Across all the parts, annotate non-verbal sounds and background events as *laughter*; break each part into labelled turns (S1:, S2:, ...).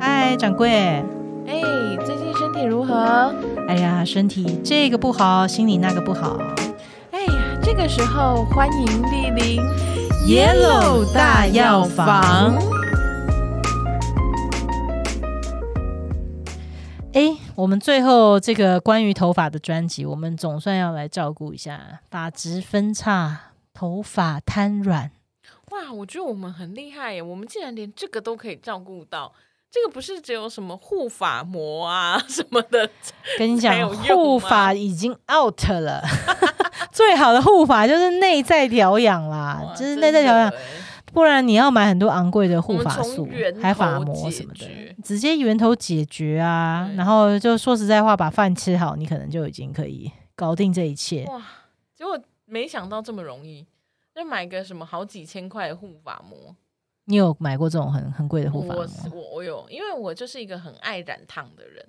S1: 嗨，掌柜。
S2: 哎，最近身体如何？
S1: 哎呀，身体这个不好，心里那个不好。
S2: 哎呀，这个时候欢迎莅临
S1: Yellow 大药房。哎，我们最后这个关于头发的专辑，我们总算要来照顾一下发质分叉、头发瘫软。
S2: 哇，我觉得我们很厉害耶！我们竟然连这个都可以照顾到，这个不是只有什么护发膜啊什么的，
S1: 跟你
S2: 才
S1: 讲，
S2: 有用吗
S1: 护发已经 out 了。 *laughs* 最好的护发就是内在调养啦
S2: 哇，
S1: 就是
S2: 真
S1: 内在调
S2: 的
S1: 养，
S2: 耶
S1: 不然你要买很多昂贵的护
S2: 我们
S1: 发
S2: 从
S1: 素
S2: 源、头
S1: 还发膜什么
S2: 解
S1: 的
S2: 决，
S1: 直接源头解决啊。
S2: 对
S1: 然后就说实在话，把饭吃好，你可能就已经可以搞定这一切。
S2: 哇，结果没想到这么容易，就买个什么好几千块的护发膜。
S1: 你有买过这种很很贵的护发膜
S2: 我？是我我有，因为我就是一个很爱染烫的人，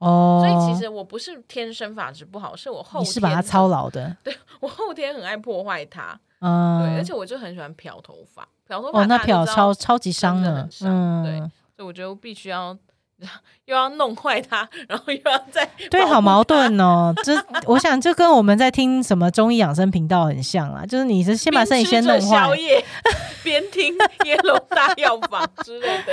S1: 哦，
S2: 所以其实我不是天生发质不好，是我后
S1: 你
S2: 天
S1: 是把它
S2: 很
S1: 操劳
S2: *laughs*
S1: 的，
S2: 我后天很爱破坏它，对，
S1: 嗯，
S2: 而且我就很喜欢漂头发，漂头发
S1: 哦，那
S2: 大家都
S1: 漂
S2: 知道
S1: 超，超级伤
S2: 真的
S1: 了
S2: 很，伤
S1: 嗯，
S2: 所以我就必须要 *laughs* 又要弄坏它，然后又要再
S1: 对，
S2: 保护
S1: 好矛盾哦。 *laughs* 这我想这跟我们在听什么中医养生频道很像啦，就是你是先把身体先弄
S2: 边吃着
S1: 坏
S2: 宵，夜边
S1: *laughs*
S2: 听 Yellow 大药房之类的，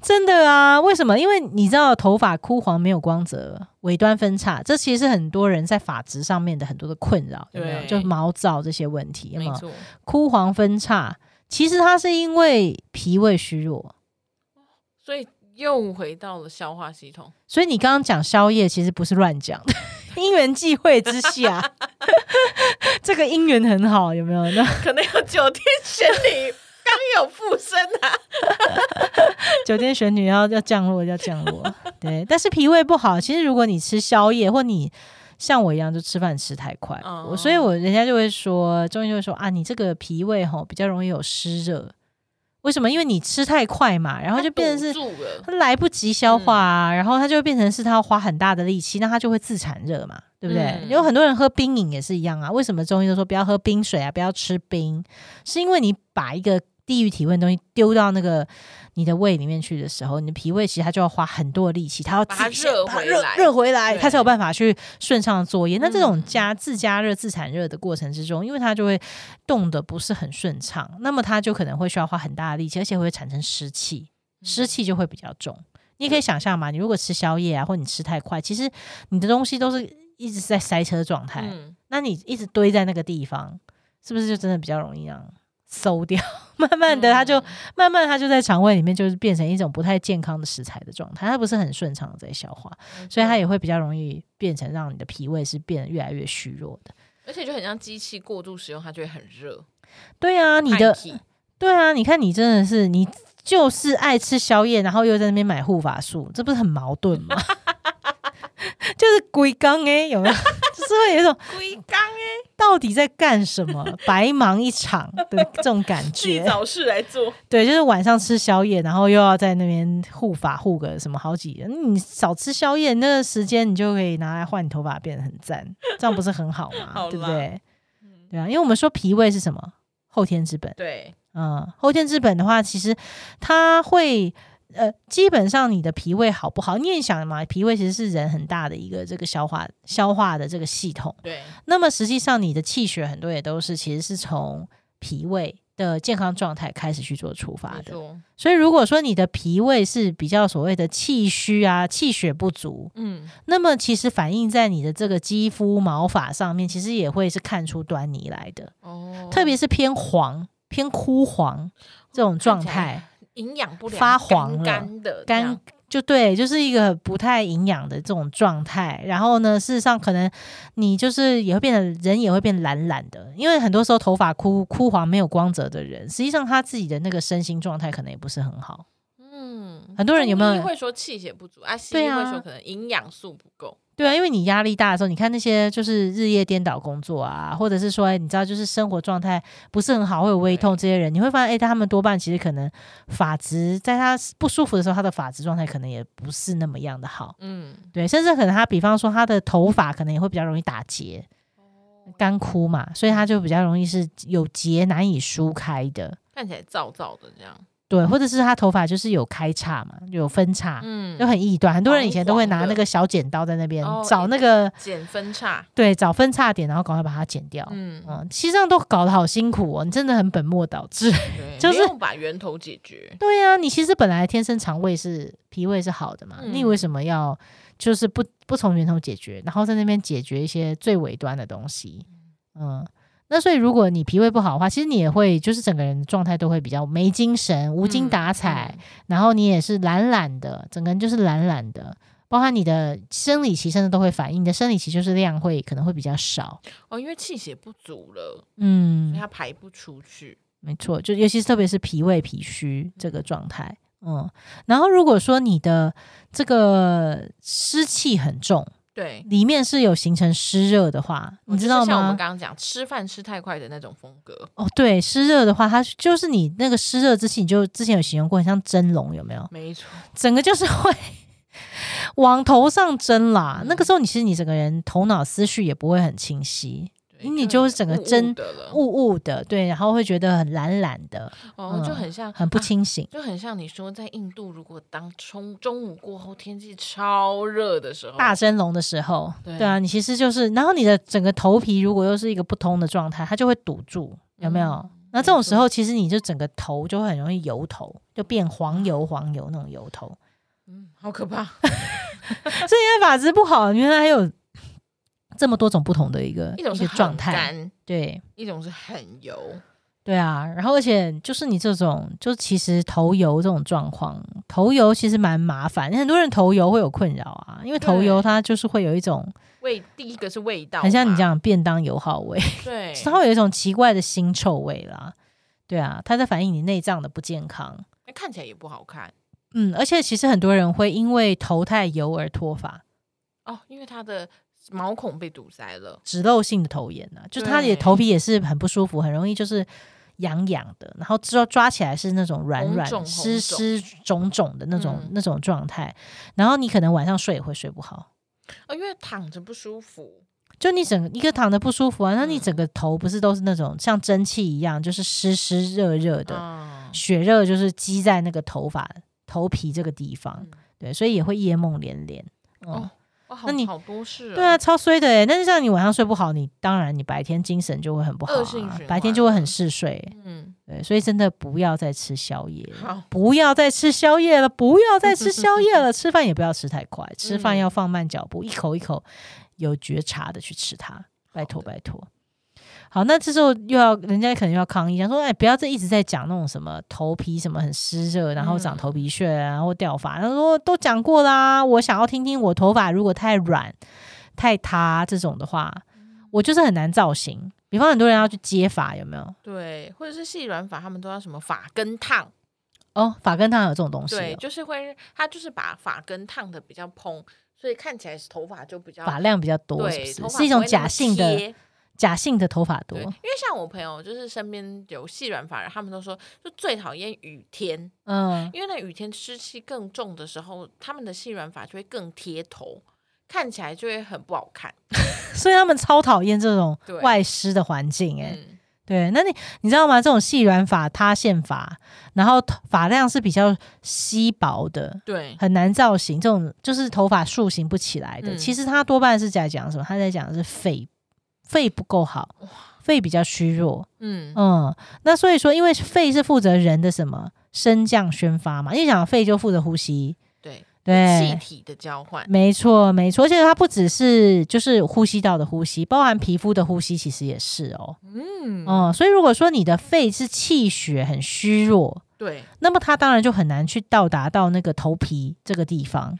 S1: 真的啊？为什么？因为你知道头发枯黄没有光泽，尾端分叉，这其实是很多人在发质上面的很多的困扰，有没有？
S2: 对
S1: 就毛躁这些问题， *laughs* 有没
S2: 没
S1: 有？
S2: 错。
S1: 枯黄分叉，其实它是因为脾胃虚弱。
S2: 所以又回到了消化系统，
S1: 所以你刚刚讲宵夜，其实不是乱讲， *laughs* 因缘际会之下， *laughs* 这个姻缘很好，有没有？那
S2: 可能有九天玄女刚有附身啊。
S1: 酒店玄女要要降落，要降落。对，但是脾胃不好，其实如果你吃宵夜，或你像我一样就吃饭吃太快，
S2: 哦
S1: 我所以我人家就会说，中医就会说啊，你这个脾胃吼比较容易有湿热，为什么？因为你吃太快嘛，然后就变成是
S2: 它堵住了，
S1: 它来不及消化啊，然后它就会变成是它要花很大的力气，那它就会自产热嘛，对不对？
S2: 嗯
S1: 有很多人喝冰饮也是一样啊，为什么中医都说不要喝冰水啊，不要吃冰，是因为你把一个低于体温的东西丢到那个你的胃里面去的时候，你的脾胃其实它就要花很多的力气，它要
S2: 把它
S1: 自己先
S2: 热
S1: 把它
S2: 回
S1: 热
S2: 来
S1: 热回来，
S2: 对
S1: 它才有办法去顺畅的作业。那这种
S2: 嗯
S1: 加自加热、自产热的过程之中，因为它就会动的不是很顺畅，那么它就可能会需要花很大的力气，而且会产生湿气。湿
S2: 嗯
S1: 气就会比较重。你也可以想象嘛，你如果吃宵夜啊，或你吃太快，其实你的东西都是一直在塞车状态，
S2: 嗯，
S1: 那你一直堆在那个地方，是不是就真的比较容易让馊掉？ *laughs* 慢慢的，它就、
S2: 嗯
S1: 慢慢它就在肠胃里面就是变成一种不太健康的食材的状态，它不是很顺畅的在消化，所以
S2: 嗯
S1: 它也会比较容易变成让你的脾胃是变得越来越虚弱的。
S2: 而且就很像机器过度使用，它就会很热。
S1: 对啊，你
S2: 爱
S1: 的
S2: 体
S1: 对啊，你看你真的是你就是爱吃宵夜，然后又在那边买护发素，这不是很矛盾吗？ *laughs* 就是鬼刚哎，有 *laughs* 没有？就是会有一种
S2: 龟缸哎，
S1: 到底在干什么，白忙一场的这种感
S2: 自己
S1: 觉。
S2: 找事来
S1: *laughs*
S2: 做，
S1: 对，就是晚上吃宵夜，然后又要在那边护发护个什么好几人。你少吃宵夜，那个时间你就可以拿来换你头发，变得很赞，这样不是很好吗？
S2: *laughs* 好啦嗯
S1: 对不对？对啊，因为我们说脾胃是什么后天之本。
S2: 对，
S1: 嗯，后天之本的话，其实它会呃，基本上你的脾胃好不好？你也想嘛，脾胃其实是人很大的一个这个消化消化的这个系统。
S2: 对，
S1: 那么实际上，你的气血很多也都是其实是从脾胃的健康状态开始去做出发
S2: 没
S1: 的。
S2: 错，
S1: 所以，如果说你的脾胃是比较所谓的气虚啊、气血不足，
S2: 嗯，
S1: 那么其实反映在你的这个肌肤毛发上面，其实也会是看出端倪来的。
S2: 哦，
S1: 特别是偏黄、偏枯黄这种状
S2: 看起
S1: 态，
S2: 来营养不良，
S1: 发黄了
S2: 干干的，这
S1: 干
S2: 样
S1: 就对，就是一个不太营养的这种状态。然后呢，事实上可能你就是也会变得人也会变懒懒的，因为很多时候头发枯枯黄没有光泽的人，实际上他自己的那个身心状态可能也不是很好。
S2: 嗯，
S1: 很多人有没有
S2: 中医会说气血不足啊？西
S1: 对
S2: 医
S1: 啊
S2: 会说可能营养素不够，
S1: 对啊，因为你压力大的时候，你看那些就是日夜颠倒工作啊，或者是说，哎你知道，就是生活状态不是很好，会有胃痛这些人，你会发现，哎，他们多半其实可能发质，在他不舒服的时候，他的发质状态可能也不是那么样的好。
S2: 嗯，
S1: 对，甚至可能他，比方说他的头发可能也会比较容易打结，
S2: 哦
S1: 干枯嘛，所以他就比较容易是有结难以梳开的。
S2: 看起来燥燥的这样，
S1: 对，或者是他头发就是有开叉嘛，有分叉，
S2: 嗯
S1: 啊就，很异端。很多人以前都会
S2: 黄
S1: 拿
S2: 黄的
S1: 那个小剪刀在那边
S2: 哦
S1: 找那个
S2: 减分差，
S1: 对找分叉点，然后赶快把它剪掉。
S2: 嗯，
S1: 嗯，其实这样都搞得好辛苦哦，你真的很本末倒置。 *laughs*
S2: 对，
S1: 就是
S2: 没有把源头解决，
S1: 对呀、你其实本来天生肠胃是脾胃是好的嘛，
S2: 嗯
S1: 你为什么要就是不不从源头解决，然后在那边解决一些最尾端的东西？嗯，那所以如果你脾胃不好的话，其实你也会就是整个人的状态都会比较没精神、无
S2: 嗯
S1: 精打采，然后你也是懒懒的，整个人就是懒懒的。包含你的生理期，甚至都会反映。你的生理期就是量会可能会比较少，
S2: 嗯哦，因为气血不足了，所
S1: 嗯
S2: 以，它排不出去，
S1: 没错，就尤其是特别是脾胃脾虚这个状态，嗯，然后如果说你的这个湿气很重，
S2: 对。
S1: 里面是有形成湿热的话，
S2: 我
S1: 你知
S2: 哦就是
S1: 道
S2: 像我们
S1: 吗？
S2: 刚刚讲，吃饭吃太快的那种风格，
S1: 哦，对，湿热的话，它就是你那个湿热之气，你就之前有形容过，很像蒸笼，有没有？
S2: 没错，
S1: 整个就是会往头上蒸啦。
S2: 嗯
S1: 那个时候，你其实你整个人头脑思绪也不会很清晰，
S2: 对
S1: 你就是整个
S2: 很雾雾
S1: 真
S2: 的了，
S1: 雾雾的，对，然后会觉得很懒懒的，
S2: 哦，就
S1: 嗯
S2: 很像
S1: 很不
S2: 啊
S1: 清醒。
S2: 就很像你说，在印度，如果当中中午过后天气超热的时候，
S1: 大蒸笼的时候，
S2: 哦对
S1: 对啊，你其实就是，然后你的整个头皮如果又是一个不通的状态，它就会堵住，
S2: 嗯
S1: 有没有？那这种时候，其实你就整个头就会很容易油头，就变黄油黄油那种油头。
S2: 嗯，好可怕，
S1: 现在发质不好，原来还有这么多种不同的一个
S2: 一种
S1: 一
S2: 是
S1: 个
S2: 很
S1: 状态，
S2: 干，
S1: 对
S2: 一种是很油，
S1: 对啊。然后而且就是你这种，就其实头油这种状况，头油其实蛮麻烦，很多人头油会有困扰啊，因为头油
S2: 对
S1: 它就是会有一种
S2: 味第一个是味道嘛，
S1: 很像你这样便当油耗味。
S2: 对，
S1: 它会有一种奇怪的腥臭味啦。对啊，它在反映你内脏的不健康。
S2: 那看起来也不好看
S1: 嗯，而且其实很多人会因为头太油而脱发，
S2: 哦，因为它的毛孔被堵塞了，
S1: 脂漏性的头炎啊，就是他也
S2: 对
S1: 头皮也是很不舒服，很容易就是痒痒的，然后之后抓起来是那种软
S2: 红
S1: 软
S2: 肿、红
S1: 湿
S2: 肿
S1: 湿肿肿的那种、
S2: 嗯
S1: 那种状态，然后你可能晚上睡也会睡不好。
S2: 哦，因为躺着不舒服，
S1: 就你整个一个躺着不舒服啊，那你
S2: 嗯
S1: 整个头不是都是那种像蒸汽一样，就是湿湿热热的，
S2: 啊
S1: 血热就是积在那个头发、头皮这个地方，
S2: 嗯
S1: 对，所以也会夜梦连连。哦
S2: 哦，哇，好
S1: 那你
S2: 好多事哦，
S1: 对啊，超衰的哎！但是像你晚上睡不好，你当然你白天精神就会很不好、
S2: 恶性循
S1: 啊
S2: 环，
S1: 白天就会很嗜睡。
S2: 嗯，
S1: 对，所以真的不要再吃宵夜了，
S2: 好，
S1: 不要再吃宵夜了，不要再吃宵夜了。吃饭也不要吃太快，吃饭要放慢脚步，一口一口有觉察的去吃它。拜托
S2: 好的
S1: 拜托。好，那这时候又要人家可能又要抗议，讲说，哎，不要这一直在讲那种什么头皮什么很湿热，然后长
S2: 嗯
S1: 头皮屑啊，或掉发。他说都讲过啦，我想要听听我头发如果太软、太塌这种的话，
S2: 嗯
S1: 我就是很难造型。比方很多人要去接发，有没有？
S2: 对，或者是细软发，他们都要什么发根烫。
S1: 哦，发根烫有这种东西、
S2: 对，
S1: 哦，
S2: 就是会它就是把发根烫的比较蓬，所以看起来是头发就比较
S1: 发量比较多，是
S2: 对，
S1: 不
S2: 头
S1: 是？
S2: 发
S1: 是一种
S2: 不会那么
S1: 假性的
S2: 贴
S1: 假性的头发多
S2: 对，因。为像我朋友就是身边有细软发人，他们都说就最讨厌雨天，
S1: 嗯，
S2: 因为那雨天湿气更重的时候，他们的细软发就会更贴头，看起来就会很不好看。
S1: 所以他们超讨厌这种
S2: 对
S1: 外湿的环境、哎、
S2: 嗯，
S1: 对，那你你知道吗？这种细软发、塌陷发，然后头发量是比较稀薄的，
S2: 对，
S1: 很难造型。这种就是头发塑形不起来的。
S2: 嗯
S1: 其实它多半是在讲什么？它在讲的是肺，肺不够好，肺比较虚弱。
S2: 嗯，
S1: 嗯，那所以说，因为肺是负责人的什么升降宣发嘛，因为讲肺就负责呼吸，
S2: 对，气
S1: 对。
S2: 体的交换，
S1: 没错，没错，而且它不只是就是呼吸道的呼吸，包含皮肤的呼吸，其实也是哦。
S2: 嗯，
S1: 哦、所以如果说你的肺是气血很虚弱，
S2: 对，
S1: 那么它当然就很难去到达到那个头皮这个地方，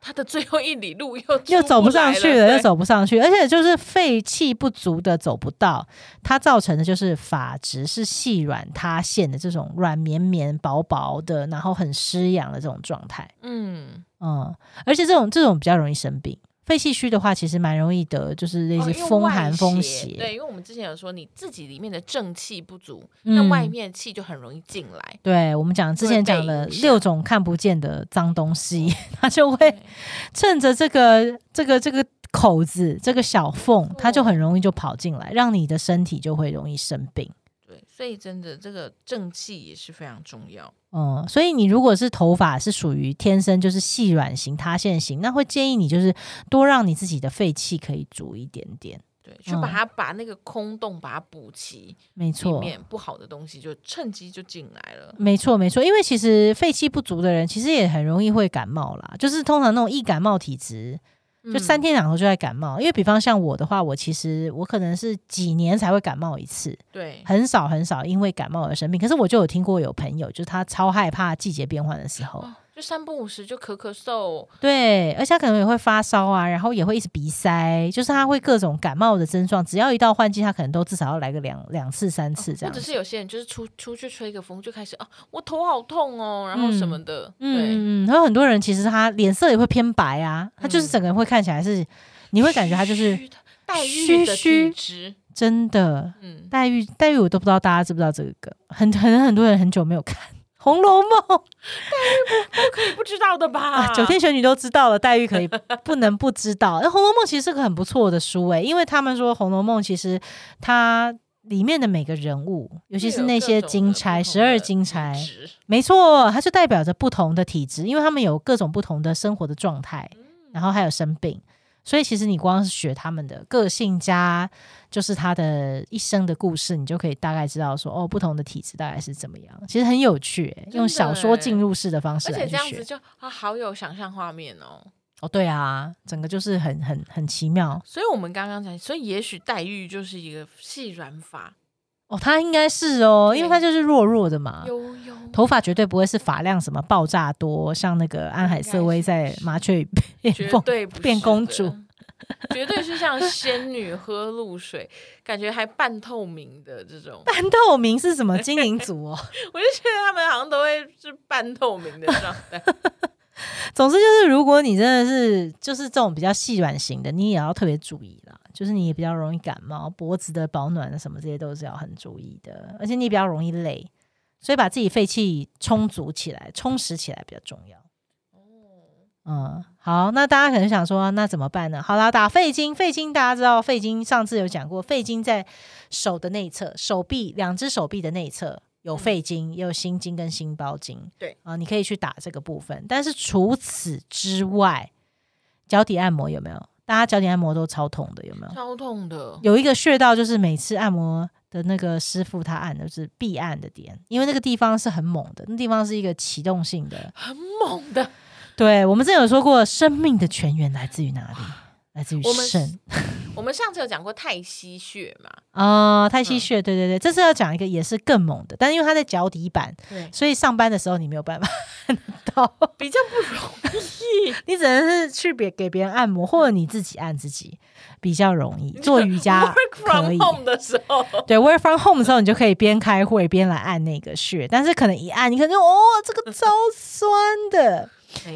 S2: 它的最后一里路又
S1: 又
S2: 出
S1: 走不上
S2: 来
S1: 去了，
S2: 了，
S1: 又
S2: 对
S1: 走不上去，而且就是肺气不足的走不到，它造成的就是发质是细软塌陷的这种软绵绵、薄薄的，然后很湿痒的这种状态。
S2: 嗯，
S1: 嗯，而且这种这种比较容易生病，肺气虚的话，其实蛮容易得就是类
S2: 哦
S1: 似
S2: 因为
S1: 风
S2: 外
S1: 寒风
S2: 邪。对，因为我们之前有说，你自己里面的正气不足，那
S1: 嗯
S2: 外面气就很容易进来。
S1: 对我们讲之
S2: 会
S1: 前
S2: 被
S1: 讲的
S2: 影响嗯
S1: 六种看不见的脏东西，它就会
S2: 对
S1: 趁着这个这个这个口子这个小缝，它就
S2: 错
S1: 很容易就跑进来，让你的身体就会容易生病。
S2: 对，所以真的这个正气也是非常重要。
S1: 嗯，所以你如果是头发是属于天生就是细软型、塌陷型，那会建议你就是多让你自己的肺气可以足一点点。
S2: 对，去把它、把那个空洞把它补齐，
S1: 嗯没
S2: 里
S1: 错，
S2: 面不好的东西就趁机就进来了。
S1: 没错，没错。因为其实肺气不足的人，其实也很容易会感冒啦。就是通常那种易感冒体质，就三
S2: 嗯
S1: 天两头就在感冒。因为比方像我的话，我其实我可能是几年才会感冒一次，
S2: 嗯对，
S1: 很少很少因为感冒而生病。可是我就有听过有朋友，就是他超害怕季节变换的时候，
S2: 哦，就三不五时就咳咳嗽，
S1: 对，而且他可能也会发烧啊，然后也会一直鼻塞，就是他会各种感冒的症状，只要一到换季，他可能都至少要来个两两次、三次这
S2: 或
S1: 样
S2: 者。是有些人就是出出去吹个风就开始哦，我头好痛哦，然后什么的，
S1: 嗯
S2: 对。
S1: 嗯嗯，还有很多人其实他脸色也会偏白啊，他就是
S2: 嗯
S1: 整个人会看起来是，你会感觉他就是
S2: 虚的黛玉的
S1: 虚虚
S2: 体质，
S1: 真的 *laughs*
S2: 嗯，
S1: 黛玉，黛玉我都不知道大家知不知道这个梗，很很很多人很久没有看《红楼梦》
S2: 你不知道的吧？
S1: 啊，九天玄女都知道了，黛玉可以不能不知道。那《红楼梦》其实是个很不错的书诶、因为他们说《红楼梦》其实它里面的每个人物，尤其是那些金钗、十二金钗，
S2: 质
S1: 没错，它就代表着不同的体质，因为他们有各种不同的生活的状态，
S2: 嗯
S1: 然后还有生病，所以其实你光是学他们的个性加就是他的一生的故事，你就可以大概知道说哦，不同的体质大概是怎么样。其实很有趣、欸，
S2: 的
S1: 用小说
S2: 欸
S1: 进入式的方式来
S2: 而且
S1: 去
S2: 这样
S1: 学
S2: 子。就啊，好有想象画面哦。
S1: 哦，对啊，整个就是很很很奇妙
S2: 所以我们刚刚讲，所以也许黛玉就是一个细软发，
S1: 哦，他应该是哦，因为
S2: 对
S1: 他就是弱弱的嘛，
S2: 悠悠
S1: 头发绝对不会是发量什么爆炸多，像那个安海瑟薇在《麻雀与 *laughs* 变
S2: 绝
S1: 凤》
S2: 对不是
S1: 变公主
S2: 的， *laughs* 绝对是像仙女喝露水，感觉还半透明的这种。
S1: 半透明是什么精灵族哦？
S2: 我就觉得他们好像都会是半透明的状态。
S1: 总之就是，如果你真的是就是这种比较细软型的，你也要特别注意啦。就是你也比较容易感冒，脖子的保暖什么这些都是要很注意的，而且你比较容易累，所以把自己肺气充足起来、充实起来比较重要。
S2: 哦
S1: 嗯，好，那大家可能想说，啊那怎么办呢？好啦，打肺经，肺经大家知道，肺经上次有讲过，肺经在手的内侧，手臂两只手臂的内侧有肺经，也有心经跟心包经。
S2: 嗯对
S1: 啊、你可以去打这个部分。但是除此之外，脚底按摩有没有？大家脚底按摩都超痛的，有没有？
S2: 超痛的，
S1: 有一个穴道就是每次按摩的那个师傅他按的是必按的点，因为那个地方是很猛的，那地方是一个启动性的。
S2: 很猛的。
S1: 对，我们之前有说过，生命的泉源来自于哪里？来自于
S2: 啊我们
S1: 肾
S2: *laughs* 我们上次有讲过太溪穴嘛？
S1: 啊、太溪
S2: 嗯
S1: 穴。对对对，这次要讲一个也是更猛的，但因为它在脚底板，
S2: 对，
S1: 所以上班的时候你没有办法按到，
S2: 比较不容易。
S1: 你只能是去别给别人按摩，或者你自己按自己比较容
S2: *laughs*
S1: 易。做瑜伽
S2: work
S1: 可
S2: from
S1: 以。
S2: home 的时候，
S1: 对，work from home 的时候，你就可以边开会边来按那个穴，但是可能一按，你可能就哦，这
S2: *laughs*
S1: 个超酸的。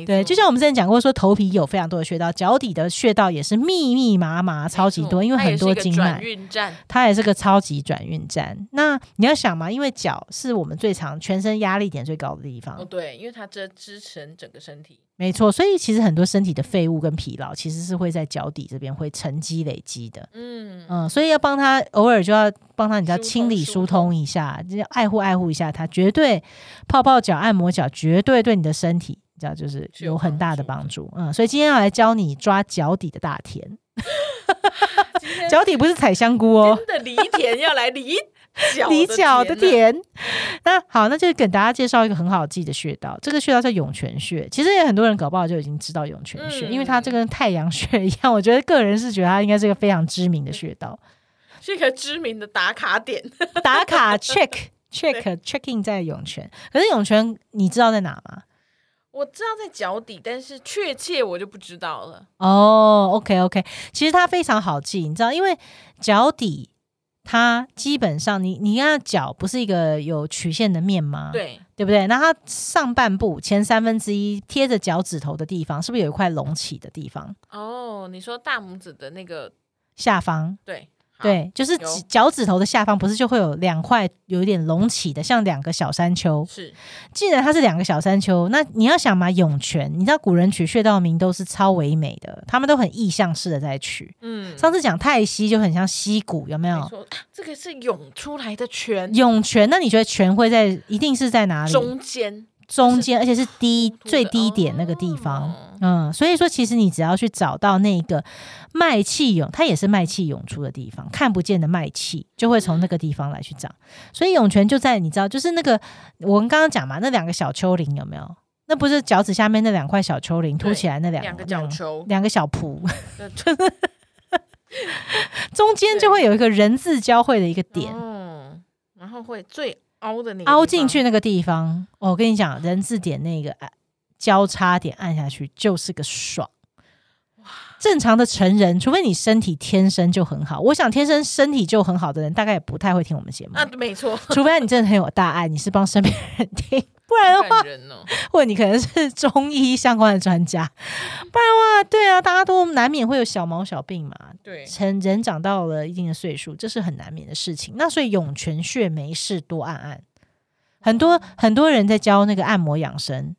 S1: 对，就像我们之前讲过，说头皮有非常多的穴道，脚底的穴道也是密密麻麻，超级多，因为很多经
S2: 转
S1: 脉，
S2: 运站，
S1: 它也是个超级转运站。那你要想嘛，因为脚是我们最常全身压力点最高的地方，
S2: 哦对，因为它这支撑整个身体。
S1: 没错，所以其实很多身体的废物跟疲劳其实是会在脚底这边会沉积累积的。
S2: 嗯，
S1: 嗯，所以要帮他偶尔就要帮他，你知道
S2: 疏通
S1: 清理
S2: 疏
S1: 疏通一下，就要爱护爱护一下他，绝对泡泡脚、按摩脚，绝对对你的身体，你知道就是
S2: 是有
S1: 有很大的
S2: 帮
S1: 帮助。嗯，所以今天要来教你抓脚底的大
S2: *laughs*
S1: 田， *laughs* 脚底不是采香菇哦，
S2: 真的犁田要
S1: *laughs*
S2: 来犁脚
S1: 离脚的
S2: 田了，
S1: 田。那好，那就给大家介绍一个很好记的穴道，这个穴道叫涌泉穴。其实也很多人搞不好就已经知道涌泉穴，因为它这个跟太阳穴一样，我觉得个人是觉得它应该是一个非常知名的穴道。
S2: 是一个知名的打卡点。 *laughs*
S1: 打卡 check check check in 在涌泉，可是涌泉你知道在哪吗？
S2: 我知道在脚底，但是确切我就不知道了。
S1: 哦、o k OK，其实它非常好记，你知道，因为脚底它基本上你你看脚不是一个有曲线的面吗？，
S2: 对，
S1: 对不对？那它上半部前三分之一贴着脚趾头的地方，是不是有一块隆起的地方？
S2: 哦，你说大拇指的那个，
S1: 下方
S2: 对，好，
S1: 对，就是
S2: 有
S1: 指脚趾头的下方不是就会有两块有一点隆起的，像两个小山丘。
S2: 是
S1: 既然它是两个小山丘，那你要想嘛，涌泉，你知道古人取穴道名都是超唯美的，他们都很意象式的在取。
S2: 嗯，
S1: 上次讲太溪就很像溪谷，有没
S2: 没
S1: 有？
S2: 错，啊这个是涌出来的泉，
S1: 涌泉，那你觉得泉会在一定是在哪里？
S2: 中间
S1: 中间，而且是低
S2: 突突的
S1: 最低点那个地方。
S2: 哦
S1: 嗯，所以说其实你只要去找到那个脉气涌，它也是脉气涌出的地方，看不见的脉气就会从那个地方来去长。所以涌泉就在你知道，就是那个我们刚刚讲嘛，那两个小丘陵有没有？那不是脚趾下面那两块小丘陵凸起来那两
S2: 两个角球，
S1: 两个小蹼， *laughs*
S2: 对
S1: 中间就会有一个人字交汇的一个点。
S2: 哦然后会最凹的那个地方
S1: 凹进去，那个地方，我跟你讲，人字点那个按交叉点按下去就是个爽。正常的成人，除非你身体天生就很好，我想天生身体就很好的人，大概也不太会听我们节目，
S2: 啊，没错，
S1: 除非你真的很有大爱，你是帮身边人听， *laughs* 不然的
S2: 好
S1: 话，
S2: 感人哦，
S1: 或者你可能是中医相关的专家，不然的话，对啊，大家都难免会有小毛小病嘛， *laughs*
S2: 对，
S1: 成人长到了一定的岁数，这是很难免的事情。那所以涌泉穴没事多按按，很
S2: 嗯
S1: 多很多人在教那个按摩养生，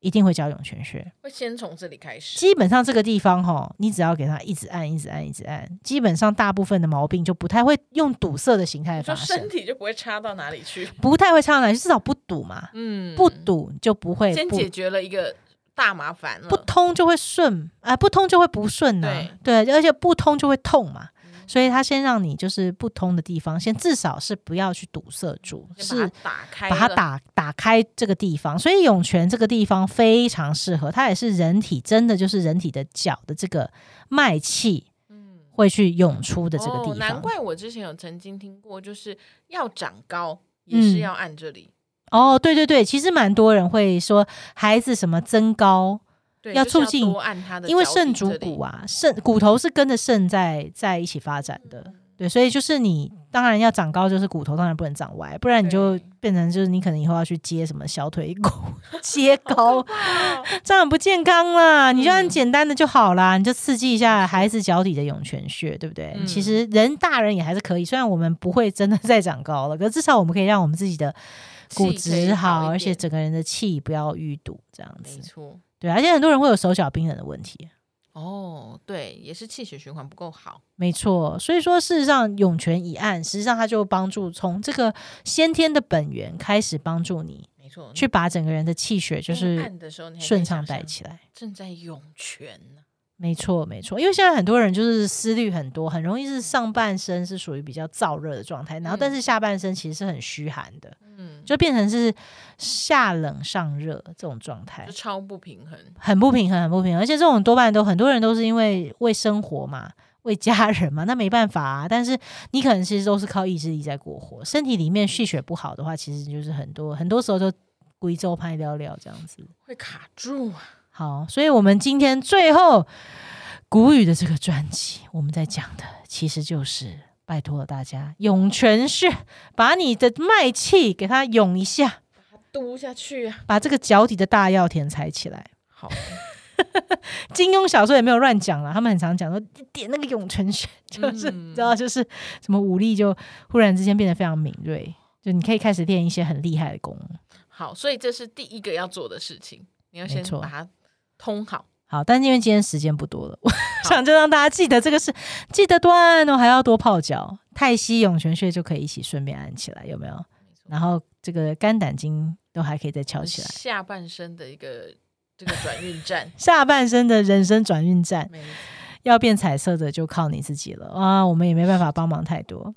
S1: 一定会教涌泉穴。
S2: 会先从这里开始，
S1: 基本上这个地方哈，你只要给它一直按、一直按、一直按，基本上大部分的毛病就不太会用堵塞的形态
S2: 你
S1: 发
S2: 说身
S1: 生，
S2: 体就不会差到哪
S1: *laughs*
S2: 里去，
S1: 不太会唱来，至少不堵嘛，
S2: 嗯，
S1: 不堵就不会
S2: 先
S1: 不
S2: 解决了一个大麻烦
S1: 不
S2: 了，
S1: 通就会顺，啊、不通就会不顺呐、对，而且不通就会痛嘛。
S2: 嗯
S1: 所以他先让你就是不通的地方，先至少是不要去堵塞住，
S2: 先把
S1: 是
S2: 它打开，
S1: 把它，打打开这个地方。所以涌泉这个地方非常适合，它也是人体真的就是人体的脚的这个脉气
S2: 嗯。
S1: 会去涌出的这个地
S2: 哦，
S1: 方。
S2: 难怪我之前有曾经听过，就是要长高也是
S1: 嗯
S2: 要按这里，
S1: 哦对对对，其实蛮多人会说孩子什么增高，
S2: 对，
S1: 要
S2: 就是
S1: 促进
S2: 多按它的脚底这里，
S1: 因为肾主骨啊，肾骨头是跟着肾在在一起发展
S2: 嗯
S1: 的，对，所以就是你当然要长高，就是骨头当然不能长歪，不然你就
S2: 对
S1: 变成就是你可能以后要去接什么小腿
S2: *laughs*
S1: 骨接
S2: 好
S1: 高，
S2: 可怕哦，
S1: 这样很不健康啦。你就按
S2: 嗯
S1: 简单的就好啦，你就刺激一下孩子脚底的涌泉穴，对不对？
S2: 嗯
S1: 其实人大人也还是可以，虽然我们不会真的再长高了，可至少我们可以让我们自己的骨
S2: 气可以
S1: 质
S2: 好
S1: 好，
S2: 一
S1: 而且
S2: 点
S1: 整个人的气不要淤堵，这样子
S2: 没。错。
S1: 对，而且很多人会有手脚冰冷的问题。
S2: 哦，对，也是气血循环不够好。
S1: 没错，所以说事实上涌泉一按，实际上它就帮助从这个先天的本源开始帮助你
S2: 没错，
S1: 去把整个人的气血就
S2: 用
S1: 是
S2: 嗯按的时候，你还可以
S1: 顺畅
S2: 想
S1: 带
S2: 象
S1: 起来。
S2: 正在涌泉呢、
S1: 没错，没错，因为现在很多人就是思虑很多，很容易是上半身是属于比较燥热的状态，然后
S2: 嗯
S1: 但是下半身其实是很虚寒的，
S2: 嗯，就
S1: 就变成是下冷上热这种状态
S2: 就。超不平衡。
S1: 很不平衡，很不平衡。而且这种多半都很多人都是因为为生活嘛，为家人嘛，那没办法啊。但是你可能其实都是靠意志力在过活，身体里面气血不好的话，其实就是很多很多时候就贵州拍聊聊这样子。
S2: 会卡住啊，
S1: 好，所以我们今天最后古语的这个专辑，我们在讲的其实就是拜托大家涌泉穴，把你的脉气给它涌一下，
S2: 嘟下去啊！
S1: 把这个脚底的大药田踩起来。
S2: 好，
S1: 金庸小说也没有乱讲啦，他们很常讲说点那个涌泉穴，就是、
S2: 嗯
S1: 你知道，就是什么武力就忽然之间变得非常敏锐，就你可以开始练一些很厉害的功。
S2: 好，所以这是第一个要做的事情，你要
S1: 没
S2: 先
S1: 错
S2: 把它通好。
S1: 好，但因为今天时间不多了，我 *laughs* 想就让大家记得这个是记得多按哦，还要多泡脚，太溪涌泉穴就可以一起顺便按起来，有没有？然后这个肝胆经都还可以再敲起来，，
S2: 下半身的一个这个转运站
S1: *laughs* 下半身的人生转运站。
S2: 没错
S1: 要变彩色的就靠你自己了啊，我们也没办法帮忙太多。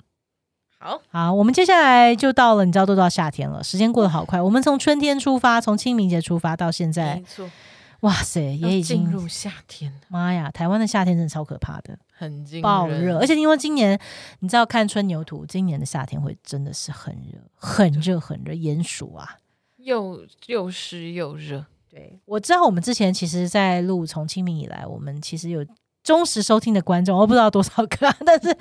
S2: 好，
S1: 好，我们接下来就到了，你知道都到夏天了，时间过得好快。我们从春天出发，从清明节出发到现在
S2: 没，错，
S1: 哇塞，也已
S2: 要进
S1: 经
S2: 入夏天了，
S1: 妈呀，台湾的夏天真的超可怕的，
S2: 很惊
S1: 爆
S2: 人
S1: 热。而且听说今年，你知道看春牛图，今年的夏天会真的是很热，很热，很热，炎暑啊。
S2: 又又湿又热，
S1: 对，我知道我们之前其实，在录从清明以来，我们其实有忠实收听的观众，我不知道多少个、啊， *laughs* 但是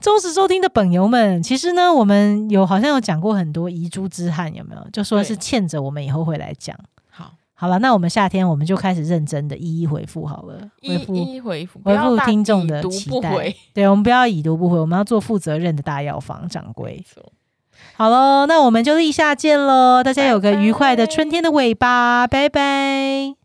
S1: 忠实收听的本友们，其实呢，我们有好像有讲过很多遗珠之憾，有没有？就说是
S2: 对
S1: 欠着我们以后会来讲。
S2: 好，
S1: 好了，那我们夏天我们就开始认真的一一回复好了，
S2: 一
S1: 回复
S2: 一回复，不
S1: 回
S2: 要
S1: 复
S2: 大
S1: 听众的
S2: 已读
S1: 期
S2: 不
S1: 待
S2: 回。
S1: 对，我们不要已读不回，我们要做负责任的大药房掌柜
S2: 没。错
S1: 好喽，那我们就立夏见喽，大家有个愉快的
S2: 拜拜
S1: 春天的尾巴，拜拜